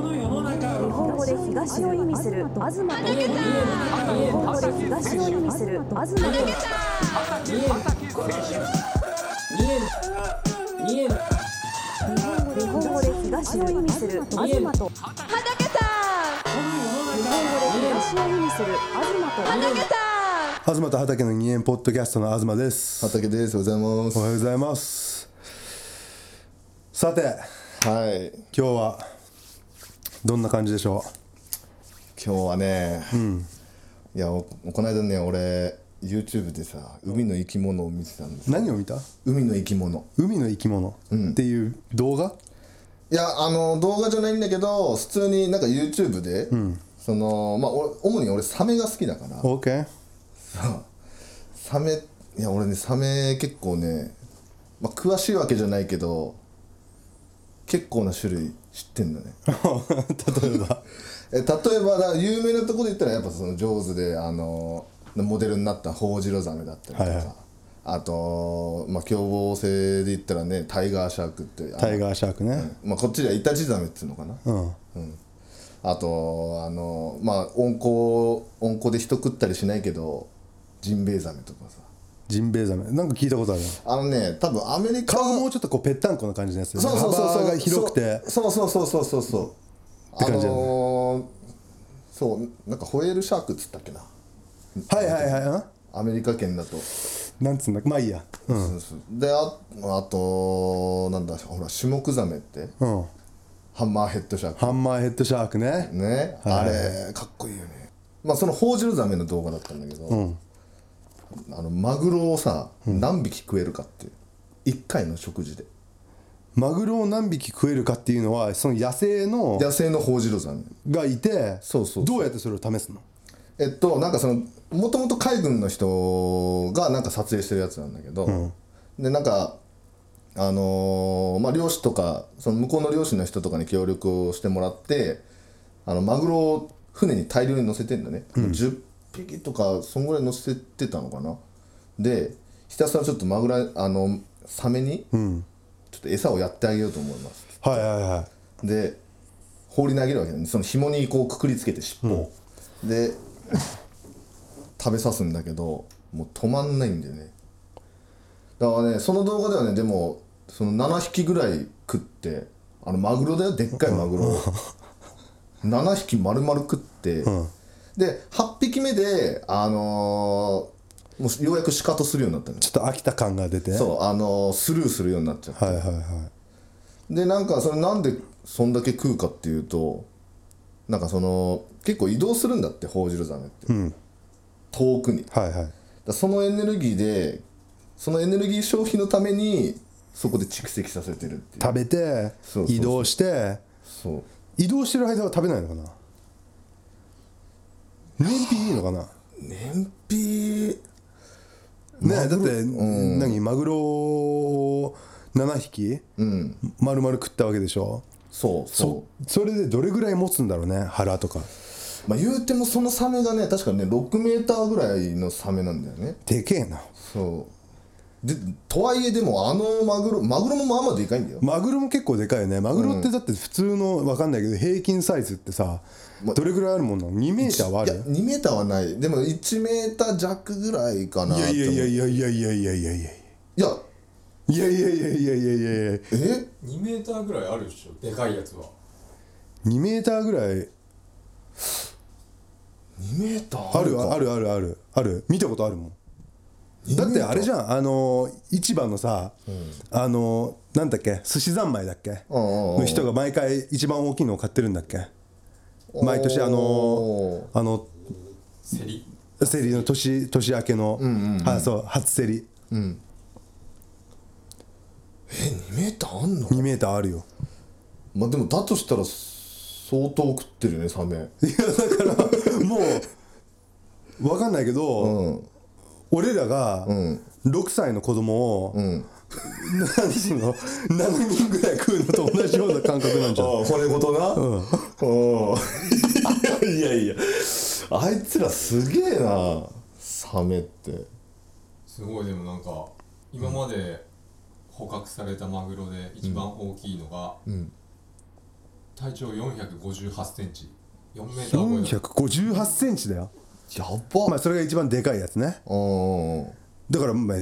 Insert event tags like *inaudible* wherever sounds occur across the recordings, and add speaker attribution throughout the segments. Speaker 1: の世の中
Speaker 2: 日本語で東を意味する東と日本語で東を意味する東と日本語で東を意味する東と日本語で東を意味する東と
Speaker 3: 東と畑の二円ポッドキャストの東です
Speaker 4: 畑ですおはようご
Speaker 3: お
Speaker 4: ざ
Speaker 3: は
Speaker 4: いま
Speaker 3: ようございますさて
Speaker 4: すはい
Speaker 3: 今日はどんな感じでしょ
Speaker 4: 今日はね、いやおこの間ね俺 YouTube でさ海の生き物を見てたんです
Speaker 3: う何を見た
Speaker 4: 海の生き物
Speaker 3: 海の生き物っていう動画、
Speaker 4: いやあの動画じゃないんだけど普通になんか YouTube で、そのまあ俺主に俺サメが好きだから
Speaker 3: OK
Speaker 4: *laughs* サメいや俺ねサメ結構ね、まあ、詳しいわけじゃないけど結構な種類知ってんだね
Speaker 3: *laughs* 例えば
Speaker 4: え例えばだ有名なところで言ったらやっぱその上手であのモデルになったホウジロザメだったりとか、
Speaker 3: はいはい
Speaker 4: あと、まあ、凶暴性で言ったらねタイガーシャークってあの
Speaker 3: タイガーシャークね、
Speaker 4: まあ、こっちではイタチザメっていうのかな、
Speaker 3: うん
Speaker 4: あとあのまあ温厚温厚で人食ったりしないけどジンベエザメとかさ
Speaker 3: ジンベエザメなんか聞いたことある
Speaker 4: あのね多分アメリカ
Speaker 3: 顔もうちょっとこうぺったんこな感じのやつ
Speaker 4: そうそうそうそう
Speaker 3: 幅が広くて
Speaker 4: そうそうそうそうそうそう
Speaker 3: って感じだよね
Speaker 4: あのーそうなんかホエールシャークっつったっけな
Speaker 3: はいはいはいうん
Speaker 4: アメリカ圏だと、
Speaker 3: なんつうんだまあいいやうん
Speaker 4: そうそうでああとなんだほらシュモクザメって
Speaker 3: うん
Speaker 4: ハンマーヘッドシャー
Speaker 3: ハンマーヘッドシャークね
Speaker 4: クね、
Speaker 3: はい
Speaker 4: あれかっこいいよねまあそのホウジロザメの動画だったんだけど、あのマグロをさ何匹食えるかっていう、1回の食事で
Speaker 3: マグロを何匹食えるかっていうのはその野生の
Speaker 4: 野生のホウジロザメ
Speaker 3: がいて
Speaker 4: そうそうそう
Speaker 3: どうやってそれを試すの
Speaker 4: えっとなんかそのもともと海軍の人がなんか撮影してるやつなんだけど、でなんかあのーまあ漁師とかその向こうの漁師の人とかに協力をしてもらってあのマグロを船に大量に乗せてんだね、10匹とかそんぐらい乗せてたのかなでひたすらちょっとマグロあのサメにちょっと餌をやってあげようと思います
Speaker 3: はいはいはい
Speaker 4: で放り投げるわけだねその紐にこうくくりつけて尻尾を、で *laughs* 食べさすんだけどもう止まんないんだよねだからねその動画ではねでもその7匹ぐらい食ってあのマグロだよでっかいマグロを7匹丸々食って、で8匹目であのーもうようやくシカトするようになったんで
Speaker 3: ちょっと飽きた感が出て
Speaker 4: そうあのースルーするようになっちゃって
Speaker 3: はいはいは
Speaker 4: でなんかそれなんでそんだけ食うかっていうとなんかその結構移動するんだってホウジロザメって、遠くにだか
Speaker 3: いはいはい
Speaker 4: らそのエネルギーでそのエネルギー消費のためにそこで蓄積させてるっていう
Speaker 3: 食べて
Speaker 4: そうそうそう
Speaker 3: 移動して
Speaker 4: そう
Speaker 3: 移動してる間は食べないのかな燃費いいのか
Speaker 4: *laughs*
Speaker 3: な
Speaker 4: 燃費
Speaker 3: ねだって、何マグロを7匹、
Speaker 4: うん
Speaker 3: 丸々食ったわけでしょ
Speaker 4: そうそ
Speaker 3: そそれでどれぐらい持つんだろうね腹とか
Speaker 4: うまあ言うてもそのサメがね確かね6メーターぐらいのサメなんだよね
Speaker 3: でけえな
Speaker 4: そうでとはいえでもあのマグロマグロもまあまあでかいんだよ
Speaker 3: マグロも結構でかいよねマグロってだって普通のわかんないけど平均サイズってさ、
Speaker 4: ま
Speaker 3: どれぐらいあるもんなの2メーターはあ
Speaker 4: いや
Speaker 3: る
Speaker 4: 2メーターはないでも1メーター弱ぐらいかない
Speaker 3: やいやいや
Speaker 4: い
Speaker 3: いやいやいやいやいやいや
Speaker 4: や
Speaker 3: いやいやいやいやいやいやいや
Speaker 4: え
Speaker 1: 2メーターぐらいあるでしょでかいやつは
Speaker 3: 2メーターぐらい
Speaker 4: 2メーター
Speaker 3: あるあるあるあるある見たことあるもんだってあれじゃんあのー市場のさ、あのーなんだっけ寿司三昧だっけ
Speaker 4: うんうんうん
Speaker 3: の人が毎回一番大きいのを買ってるんだっけ毎年あの
Speaker 4: お
Speaker 3: ーあの
Speaker 1: セリ
Speaker 3: セリの年年明けの、あそう初セリ
Speaker 4: え2メーターあんの
Speaker 3: 2メーターあるよ
Speaker 4: まあでもだとしたら相当食ってるねサメ
Speaker 3: もう分かんないけど、
Speaker 4: うん
Speaker 3: 俺らが
Speaker 4: ん
Speaker 3: 6歳の子供を、
Speaker 4: ん
Speaker 3: 何人の7人ぐらい食うのと同じような感覚
Speaker 4: *laughs*
Speaker 3: なんじゃん
Speaker 4: 骨ごとな
Speaker 3: *laughs*
Speaker 4: うんいやいやいやあいつらすげえなサメって
Speaker 1: すごいでもなんか今まで捕獲されたマグロで一番大きいのが、体長458センチ4メーター超え
Speaker 3: 458センチだよ
Speaker 4: や
Speaker 3: ま
Speaker 4: ば
Speaker 3: あそれが一番でかいやつね
Speaker 4: うんうん
Speaker 3: だからまあ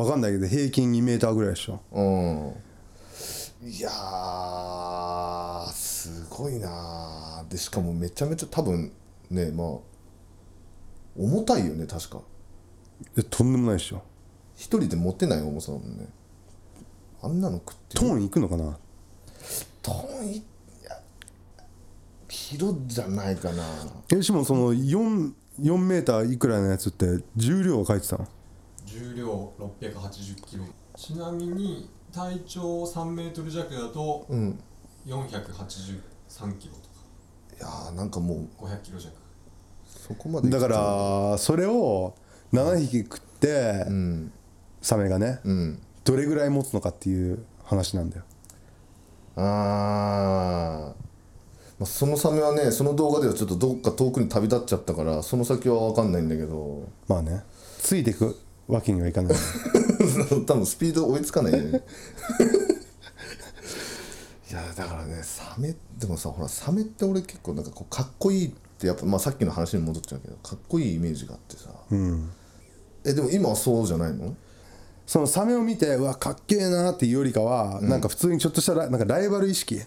Speaker 3: わかんないけど平均2メーターぐらいでしょ
Speaker 4: うんいやーすごいなーでしかもめちゃめちゃ多分ねまあ重たいよね確か
Speaker 3: いやとんでもないでしょ
Speaker 4: 一人で持てない重さだもんねあんなの食って
Speaker 3: トーンいくのかな
Speaker 4: トーンいいやキロじゃないかな
Speaker 3: えしもその4 4メーターいくらのやつって重量は書いてたの
Speaker 1: 重量680キロちなみに体長3メートル弱だと
Speaker 4: うん
Speaker 1: 483キロとか
Speaker 4: いやーなんかもう
Speaker 1: 500キロ弱
Speaker 4: そこまで
Speaker 3: だからそれを7匹食って、
Speaker 4: うん
Speaker 3: サメがね
Speaker 4: うん
Speaker 3: どれぐらい持つのかっていう話なんだよ
Speaker 4: あーまあそのサメはねその動画ではちょっとどっか遠くに旅立っちゃったからその先は分かんないんだけど
Speaker 3: まあねついていくわけにはいか *laughs* ない
Speaker 4: *laughs* 多分スピード追いつかないよねいやだからねサメでもさほらサメって俺結構なんかこうかっこいいってやっぱ、まあ、さっきの話に戻っちゃうけどかっこいいイメージがあってさ、
Speaker 3: ん
Speaker 4: えでも今はそうじゃないの
Speaker 3: そのサメを見てうわかっけえなっていうよりかは、なんか普通にちょっとしたラなんかライバル意識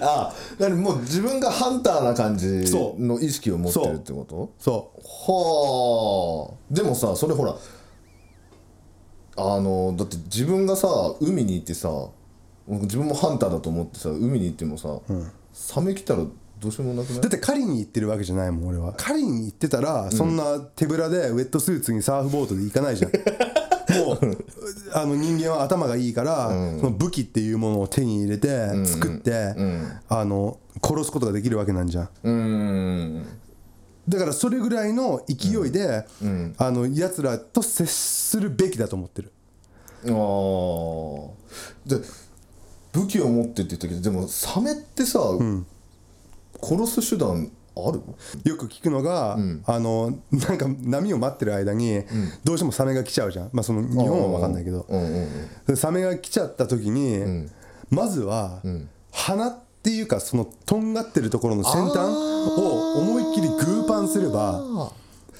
Speaker 4: あだからもう自分がハンターな感じ
Speaker 3: そう
Speaker 4: の意識を持って
Speaker 3: そう
Speaker 4: るってこと
Speaker 3: そ
Speaker 4: はあでもさそれほらあのだって自分がさ海に行ってさ僕自分もハンターだと思ってさ海に行ってもさ、サメ来たらどうしようもなく
Speaker 3: う
Speaker 4: な
Speaker 3: だ
Speaker 4: い
Speaker 3: って狩りに行ってるわけじゃないもん俺は狩りに行ってたらそんな手ぶらでウェットスーツにサーフボードで行かないじゃんもう *laughs* あの人間は頭がいいから、その武器っていうものを手に入れて作って、あの殺すことができるわけなんじゃん
Speaker 4: うーん
Speaker 3: だからそれぐらいの勢いで、あのやつらと接するべきだと思ってる
Speaker 4: あーで武器を持ってって言ったけどでもサメってさ、殺す手段ある
Speaker 3: よく聞くのが、あのなんか波を待ってる間に、どうしてもサメが来ちゃうじゃん、まあ、その日本は分かんないけど、
Speaker 4: うんうんうん
Speaker 3: でサメが来ちゃった時に、まずは、鼻っていうかそのとんがってるところの先端を思いっきりグーパンすれば
Speaker 4: あ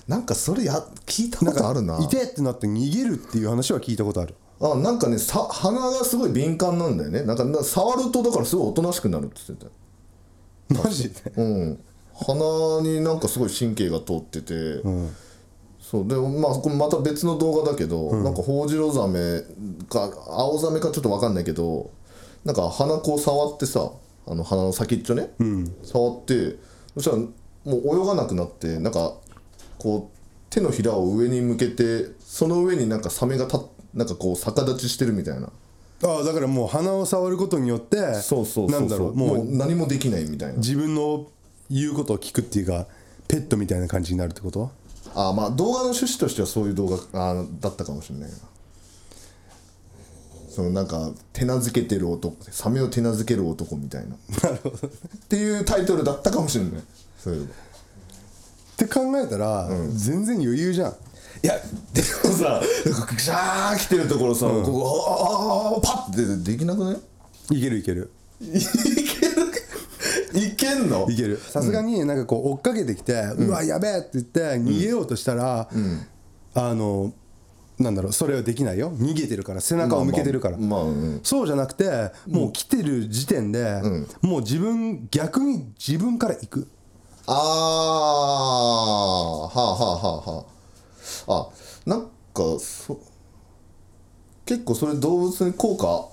Speaker 4: なんかそれや聞いたことあるな
Speaker 3: 痛えってなって逃げるっていう話は聞いたことある
Speaker 4: あなんかねさ鼻がすごい敏感なんだよねなんかな触るとだからすごいおとなしくなるって言って
Speaker 3: マジで
Speaker 4: たようん鼻になんかすごい神経が通ってて、そうでまあこれまた別の動画だけど、なんかホウジロザメか青ザメかちょっと分かんないけどなんか鼻こう触ってさあの鼻の先っちょね、触ってそしたらもう泳がなくなってなんかこう手のひらを上に向けてその上になんかサメがたなんかこう逆立ちしてるみたいな。
Speaker 3: ああだからもう鼻を触ることによって
Speaker 4: そうそうそうそ
Speaker 3: な
Speaker 4: う
Speaker 3: んだろう
Speaker 4: も
Speaker 3: も
Speaker 4: う
Speaker 3: う
Speaker 4: 何もできないみたいな
Speaker 3: 自分の言うことを聞くっていうかペットみたいな感じになるってこと
Speaker 4: あまあ動画の趣旨としてはそういう動画あだったかもしれないなそのなんか手なずけてる男サメを手なずける男みたいなっていうタイトルだったかもしれないそういえ
Speaker 3: っ
Speaker 4: ば
Speaker 3: て考えたら、全然余裕じゃん
Speaker 4: いやでもさシャー来てるところさ、ここあーあーあーパッてできなくない
Speaker 3: いけるいける
Speaker 4: いけるいけんの
Speaker 3: いけるさすがになんかこう追っかけてきて、うわやべえって言って逃げようとしたら、あのなんだろうそれはできないよ逃げてるから背中を向けてるから、
Speaker 4: まあ、まあうん、
Speaker 3: そうじゃなくてもう来てる時点で、もう自分逆に自分から行く
Speaker 4: あーはあはあはあはああなんかそ結構それ動物に効果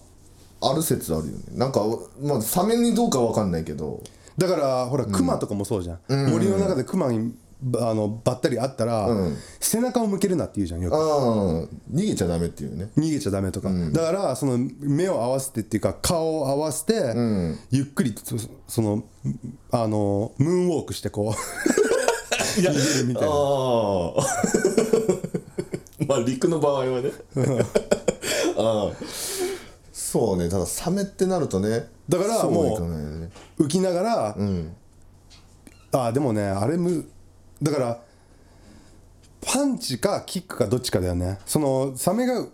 Speaker 4: ある説あるよねなんか、まあ、サメにどうかわかんないけど
Speaker 3: だからほらクマとかもそうじゃん、森の中でクマにばあのばったり会ったら、背中を向けるなって言うじゃんよく
Speaker 4: うん逃げちゃダメっていうね
Speaker 3: 逃げちゃダメとか、だからその目を合わせてっていうか顔を合わせて、ゆっくりそそのあのムーンウォークしてこう逃げるみたいな
Speaker 4: ああ *laughs* まあ陸の場合はね *laughs* ああそうねただサメってなるとね
Speaker 3: だから
Speaker 4: そうはい
Speaker 3: もう
Speaker 4: かないよね
Speaker 3: 浮きながら、ああでもねあれむだからパンチかキックかどっちかだよねそのサメが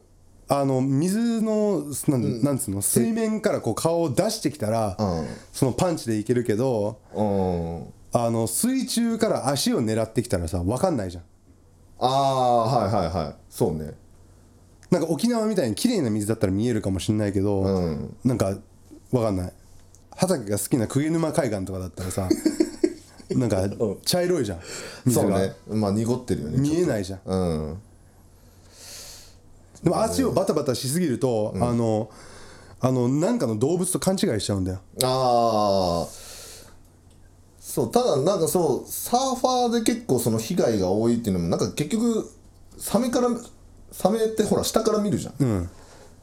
Speaker 3: あの水のなん,、なんつうの水面からこう顔を出してきたら、
Speaker 4: うん
Speaker 3: そのパンチでいけるけど
Speaker 4: うん
Speaker 3: あの水中から足を狙ってきたらさ分かんないじゃん
Speaker 4: ああはいはいはいそうね
Speaker 3: なんか沖縄みたいに綺麗な水だったら見えるかもしれないけど、
Speaker 4: うん
Speaker 3: なんか分かんない畑が好きな鵠沼海岸とかだったら
Speaker 4: *laughs*
Speaker 3: さなんか茶色いじゃん水
Speaker 4: そう
Speaker 3: が、
Speaker 4: ねまあ濁ってるよね
Speaker 3: 見えないじゃん
Speaker 4: うん
Speaker 3: でも足をバタバタしすぎると、あのあのなんかの動物と勘違いしちゃうんだよ
Speaker 4: ああそうただなんかそうサーファーで結構その被害が多いっていうのもなんか結局サメからサメってほら下から見るじゃん、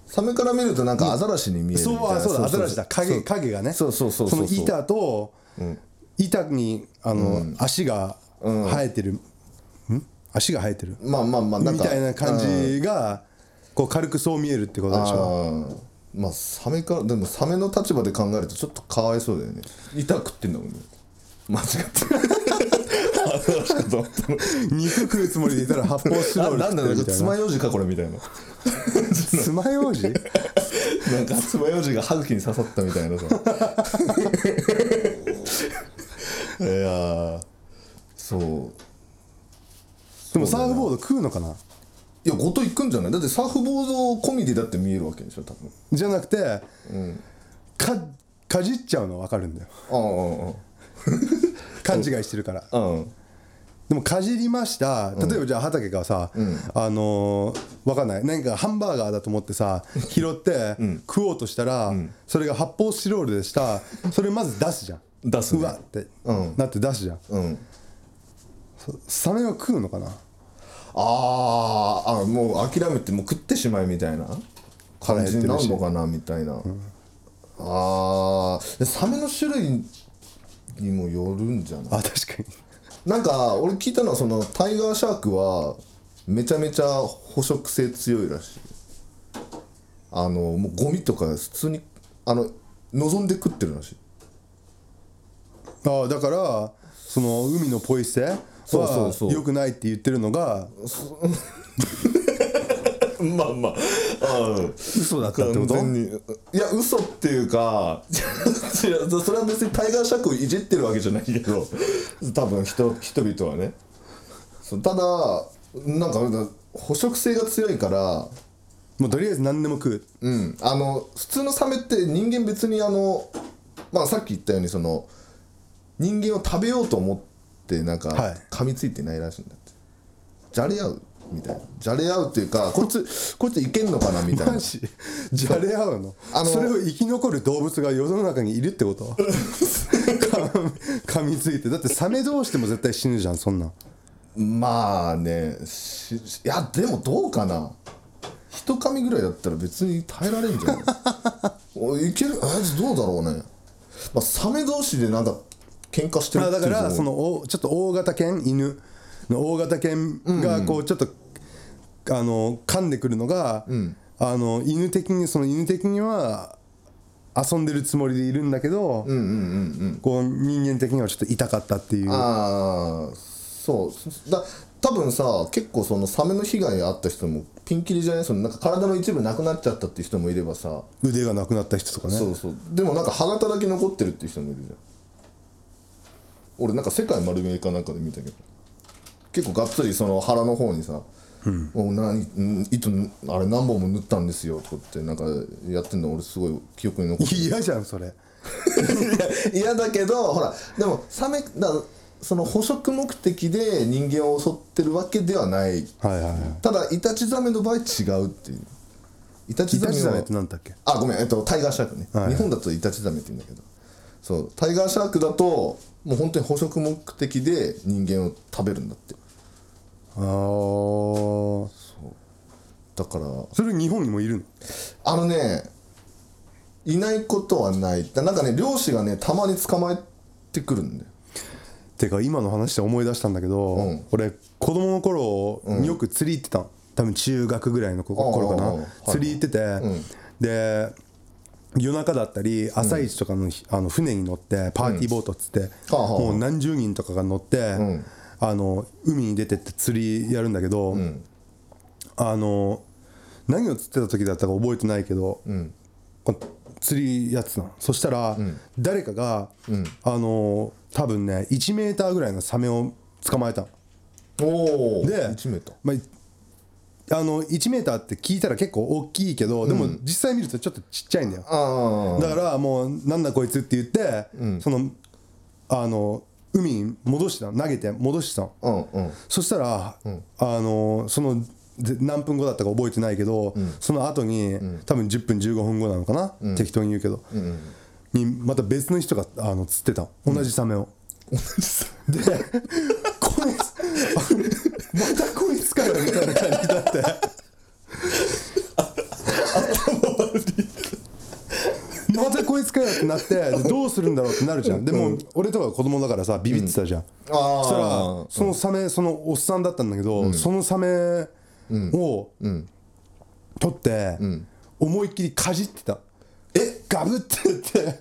Speaker 4: サメから見るとなんかアザラシに見える
Speaker 3: そ
Speaker 4: み
Speaker 3: う
Speaker 4: たいな、
Speaker 3: あそうだアザラシだ影影がね
Speaker 4: そうそうそうそう
Speaker 3: の板と、板にあの、足が生えてる、ん足が生えてる
Speaker 4: まあまあまあなん
Speaker 3: み
Speaker 4: か
Speaker 3: たいな感じが、こう軽くそう見えるってことでしょ
Speaker 4: あーまあサメからでもサメの立場で考えるとちょっとかわいそうだよね痛くってんだもんね間違 *laughs* ったアザラシかと思った
Speaker 3: 肉食うつもりでいたら発泡スチロール
Speaker 4: *laughs* なんだ
Speaker 3: 食
Speaker 4: ろ
Speaker 3: ってるみ
Speaker 4: う
Speaker 3: たい
Speaker 4: 爪楊枝かこれみたいな *laughs*
Speaker 3: な *laughs* 爪楊枝
Speaker 4: なんか爪楊枝が歯茎に刺さったみたい *laughs* なさいやーそう
Speaker 3: でもサーフボード食うのかない
Speaker 4: やごと行くんじゃないだってサーフボード込みでだって見えるわけでしょ多分
Speaker 3: じゃなくて、かかじっちゃうの分かるんだよ
Speaker 4: あ
Speaker 3: 勘違いしてるから
Speaker 4: あうんうん
Speaker 3: でもかじりました例えばじゃあ畑がさ、あのー、分かんない何かハンバーガーだと思ってさ拾っ
Speaker 4: *laughs*
Speaker 3: て食おうとしたら、それが発泡スチロールでしたそれまず出すじゃん
Speaker 4: 出すね
Speaker 3: うわって、
Speaker 4: うん
Speaker 3: なって出すじゃん
Speaker 4: うん
Speaker 3: サメは食うのかな
Speaker 4: あーあもう諦めてもう食ってしまいみたいな感じになるのかなみたいな、ああでサメの種類にもよるんじゃない
Speaker 3: あ確かに
Speaker 4: なんか俺聞いたのはそのタイガーシャークはめちゃめちゃ捕食性強いらしいあのもうゴミとか普通にあの望んで食ってるらしい
Speaker 3: ああだからその海のポイ捨て
Speaker 4: そうそうそう
Speaker 3: は良くないって言ってるのが
Speaker 4: まあまあ
Speaker 3: 嘘だったってこと
Speaker 4: 完全にいや嘘っていうか違うそれは別にタイガーシャークをいじってるわけじゃないけど多分人人々はねそうただなんか捕食性が強いから
Speaker 3: もうとりあえず何でも食う
Speaker 4: うん、あの普通のサメって人間別にあの、まあ、さっき言ったようにその人間を食べようと思ってなんか
Speaker 3: はい
Speaker 4: 噛みついてないらしいんだって、じゃれ合うみたいなじゃれ合うっていうかこいつこいついけんのかなみたいな
Speaker 3: マジじゃれ合うの
Speaker 4: あの
Speaker 3: それを生き残る動物が世の中にいるってこと *laughs* 噛噛みついてだってサメ同士でも絶対死ぬじゃんそんなん
Speaker 4: まあねしいやでもどうかな一噛みぐらいだったら別に耐えられん
Speaker 3: *laughs*
Speaker 4: じゃないおいいけるえどうだろうね、まあ、サメ同士でなんか喧嘩してるっ
Speaker 3: あ
Speaker 4: てい
Speaker 3: だ
Speaker 4: う
Speaker 3: からそのおちょっと大型犬犬の大型犬がこうちょっと、あの噛んでくるのが、あの犬的にその犬的には遊んでるつもりでいるんだけど、こう人間的にはちょっと痛かったっていう
Speaker 4: ああそうだ多分さ結構そのサメの被害があった人もピンキリじゃないそのなんか体の一部なくなっちゃったって人もいればさ、
Speaker 3: 腕がなくなった人とかね
Speaker 4: そうそうでもなんか歯型だけ残ってるっていう人もいるじゃん俺なんか世界丸見えかなんかで見たけど結構がっつりその腹の方にさ「もう何んいつあれ何本も塗ったんですよ」とかってなんかやってんの俺すごい記憶に残ってる
Speaker 3: 嫌じゃんそれ
Speaker 4: *laughs* 嫌だけどほらでもサメだその捕食目的で人間を襲ってるわけではない
Speaker 3: はいはいはい
Speaker 4: ただイタチザメの場合違うっていうイタチ
Speaker 3: イ
Speaker 4: ザ
Speaker 3: タ
Speaker 4: メ
Speaker 3: チザメ
Speaker 4: は
Speaker 3: ってなんだっけ
Speaker 4: あごめん、えっと、タイガーシャークね、
Speaker 3: はい
Speaker 4: 日本だとイタチザメって言うんだけどそうタイガーシャークだともう本当に捕食目的で人間を食べるんだって
Speaker 3: ああ
Speaker 4: だから
Speaker 3: それ日本にもいるの
Speaker 4: あのねいないことはないだなんかね漁師がねたまに捕まえてくるんだよ
Speaker 3: てか今の話で思い出したんだけど、
Speaker 4: うん
Speaker 3: 俺子供の頃よく釣り行ってたの、多分中学ぐらいの頃頃かな、
Speaker 4: ああああ
Speaker 3: 釣り行ってて、
Speaker 4: ん
Speaker 3: で夜中だったり朝一とかの,、あの船に乗ってパーティーボートっつって、
Speaker 4: ああああ
Speaker 3: もう何十人とかが乗って、
Speaker 4: ん
Speaker 3: あの海に出てって釣りやるんだけど、あの何を釣ってた時だったか覚えてないけど、
Speaker 4: ん
Speaker 3: こう釣りやつなのそしたら、誰かが、あのー多分ね1メーターぐらいのサメを捕まえたの
Speaker 4: おお
Speaker 3: で
Speaker 4: 1メート
Speaker 3: まあいあの1メーターって聞いたら結構大きいけどでも実際見るとちょっとちっちゃいんだよ、
Speaker 4: ああ
Speaker 3: だからもう「なんだこいつ」って言って、そのあの海に戻してたの投げて戻してたの
Speaker 4: うんうん
Speaker 3: そしたら、あのそのぜ何分後だったか覚えてないけど、その後に、多分10分15分後なのかな、適当に言うけど、にまた別の人があの釣ってたの同じサメを、同じサメでこいつまたこいつかよみたいな感じだってまたこいつかよってなってでどうするんだろうってなるじゃんでも、俺とか子供だからさビビってたじゃん、
Speaker 4: ああ
Speaker 3: そしたらそのサメそのおっさんだったんだけど、そのサメを取って、思いっきりかじってた。えガブってやって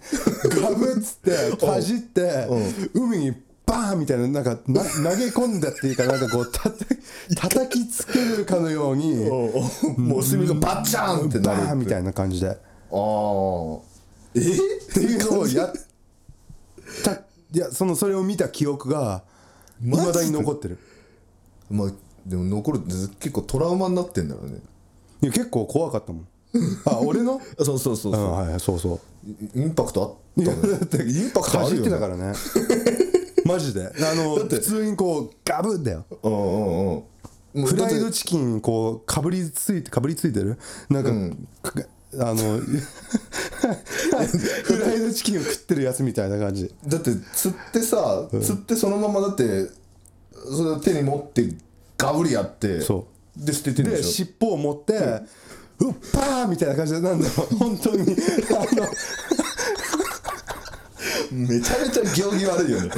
Speaker 3: ガブっつってかじって海にバーンみたいななんかな投げ込んだっていうかなんかこうたた叩きつけるかのように
Speaker 4: もう墨がバッチャーンってなる
Speaker 3: バーンみた
Speaker 4: い
Speaker 3: いな感じで。
Speaker 4: ああえ
Speaker 3: っていうのをやったいやそのそれを見た記憶がい
Speaker 4: マジで
Speaker 3: まだに残ってる
Speaker 4: まあでも残るって結構トラウマになってんだろうね
Speaker 3: いや結構怖かったもんあ俺の
Speaker 4: あ *laughs* そうそうそう
Speaker 3: う
Speaker 4: そ
Speaker 3: ん
Speaker 4: う
Speaker 3: はいはいそうそう
Speaker 4: インパクトあった
Speaker 3: *laughs*
Speaker 4: ねだってインパクト
Speaker 3: か
Speaker 4: あ
Speaker 3: じ
Speaker 4: る
Speaker 3: って
Speaker 4: よね
Speaker 3: たからね *laughs* マジであの
Speaker 4: だって
Speaker 3: 普通にこうガブンだよ
Speaker 4: うんうんうんもう
Speaker 3: フライ
Speaker 4: だ
Speaker 3: ド
Speaker 4: って
Speaker 3: チキンこうかぶりついてかぶりついてるなんか、かあ *laughs* のフライドチキンを食ってるやつみたいな感じ
Speaker 4: だって釣ってさ釣ってそのままだってそれを手に持ってガブリやって
Speaker 3: そ
Speaker 4: で捨ててるん
Speaker 3: で
Speaker 4: でしょ
Speaker 3: 尻尾を持って、うっぱーみたいな感じでなんだろう本当にあの
Speaker 4: めちゃめちゃ行儀悪
Speaker 3: *laughs*
Speaker 4: いよね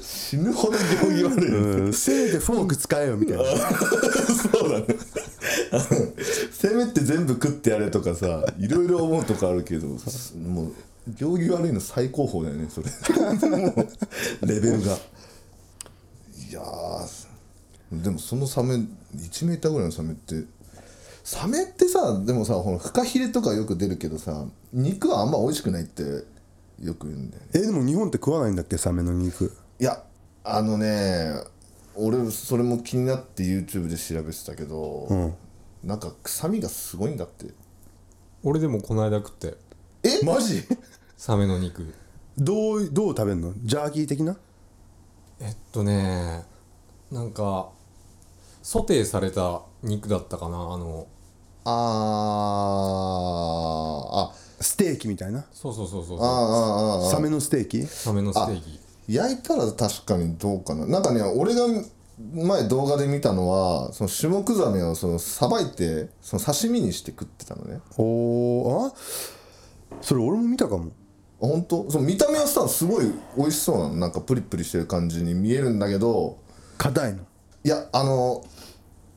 Speaker 4: 死ぬほど行儀悪いよね
Speaker 3: うん、せいでフォーク使えよみたいな
Speaker 4: そうだねせめて全部食ってやれとかさいろいろ思うとこあるけどもう行儀悪いの最高峰だよねそれもう *laughs* レベルがいやーでもそのサメ1メーターぐらいのサメってサメってさでもさほらフカヒレとかよく出るけどさ肉はあんま美味しくないってよく言うんだよね
Speaker 3: えでも日本って食わないんだっけサメの肉
Speaker 4: いやあのね俺それも気になって YouTube で調べてたけど、なんか臭みがすごいんだって
Speaker 1: 俺でもこの間食って
Speaker 4: えマジ
Speaker 1: サメの肉
Speaker 3: どうどう食べるのジャーキー的な
Speaker 1: えっとねなんかソテーされた肉だったかなあの
Speaker 4: *laughs* あーあ
Speaker 3: ステーキみたいな
Speaker 1: そうそうそうそう
Speaker 4: あー
Speaker 1: そう
Speaker 4: あーあー
Speaker 3: サメのステーキ
Speaker 1: サメのステーキ
Speaker 4: 焼いたら確かにどうかななんかね俺が前動画で見たのはそのシュモクザメをそのさばいてその刺身にして食ってたのねあ
Speaker 3: おーあそれ俺も見たかも
Speaker 4: 本当その見た目はさすごい美味しそうなのなんかプリプリしてる感じに見えるんだけど
Speaker 3: 硬いの
Speaker 4: いやあの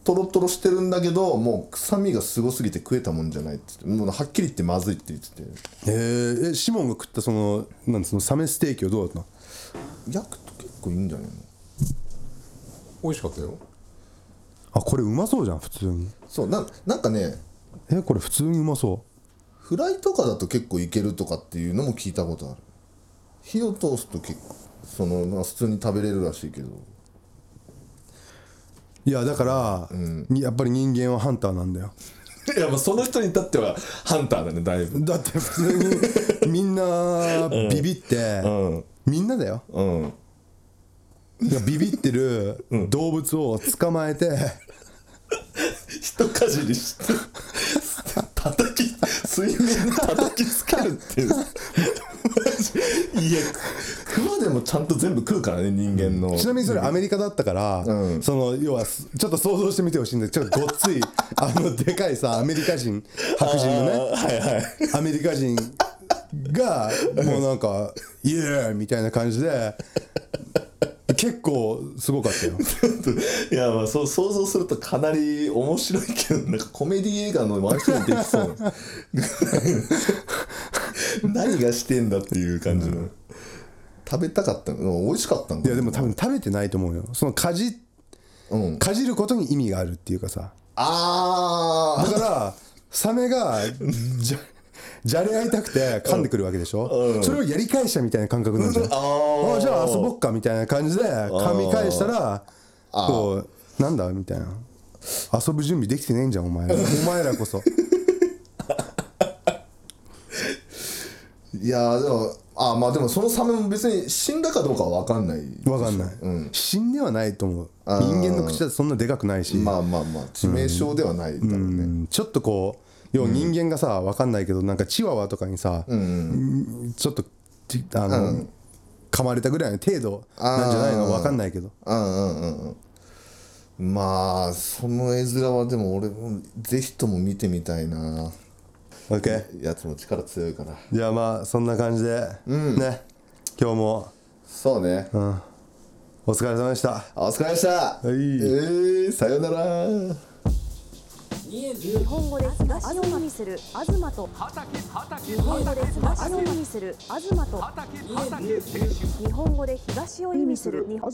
Speaker 4: とろとろしてるんだけどもう臭みがすごすぎて食えたもんじゃないっつってもうはっきり言ってまずいって言ってて
Speaker 3: えー、えシモンが食ったそのなんそのサメステーキはどうだっ
Speaker 4: 焼くと結構いいんじゃないの
Speaker 1: 美味しかったよ
Speaker 3: たのあこれうまそうじゃん普通に
Speaker 4: そうななんかね
Speaker 3: えこれ普通にうまそ
Speaker 4: フライとかだと結構いけるとかっていうのも聞いたことある火を通すと結構その、まあ、普通に食べれるらしいけど
Speaker 3: ういやだから、にやっぱり人間はハンターなんだよ
Speaker 4: *laughs* いやまあその人に至ってはハンターだねだいぶ
Speaker 3: だって普通
Speaker 4: *laughs*
Speaker 3: にみんなビビって、
Speaker 4: ん
Speaker 3: みんなだ
Speaker 4: *laughs*
Speaker 3: よ
Speaker 4: うん
Speaker 3: いやビビってる動物を捕まえて、
Speaker 4: 一かじりして *laughs* 叩き水面に叩きつけるっていうマジいやクマでもちゃんと全部食うからね人間の
Speaker 3: ちなみにそれアメリカだったから、
Speaker 4: うん
Speaker 3: その要はすちょっと想像してみてほしいんでちょっとごっ
Speaker 4: *laughs*
Speaker 3: ついあのでかいさアメリカ人白人のね、アメリカ人がもうなん
Speaker 4: *laughs*
Speaker 3: か「イエーイ!」みたいな感じで結構すごかったよ
Speaker 4: いやまあそう想像するとかなり面白いけどなんかコメディ映画のワンシーンできそう *laughs* な何がしてんだっていう感じの、食べたかったの美味しかったん
Speaker 3: い
Speaker 4: だ
Speaker 3: やでも多分食べてないと思うよそのかじ
Speaker 4: うん
Speaker 3: かじることに意味があるっていうかさだ
Speaker 4: ああ
Speaker 3: からサメがじゃじゃれ合いたくて噛んでくるわけでしょ、それをやり返したみたいな感覚なんじゃん、
Speaker 4: あー
Speaker 3: あじゃあ遊ぼっかみたいな感じで噛み返したらこうなんだみたいな遊ぶ準備できてねえんじゃんお
Speaker 4: *laughs*
Speaker 3: 前らお前らこそ
Speaker 4: いやーでもあーまあでもそのサメも別に死んだかどうかは分かんない
Speaker 3: わかんない、死んではないと思う人間の口だってそんなでかくないし、
Speaker 4: まあまあまあ致命傷ではないだろうね、
Speaker 3: うんちょっとこう要は人間がさ分かんないけどなんかチワワとかにさ、うんちょっとちあの、噛まれたぐらいの程度なんじゃないの分かんないけど
Speaker 4: うんうんうんうんまあその絵面はでも俺もぜひとも見てみたいな
Speaker 3: OK
Speaker 4: やつも力強いから
Speaker 3: じゃあまあそんな感じで、ね今日も
Speaker 4: そうね、あ
Speaker 3: お疲れ様でした
Speaker 4: お疲れでした、
Speaker 3: い
Speaker 4: えー、さよなら
Speaker 2: 日本語で東を意味する東と日本語で東を意味する東と日本語で東を意味する日本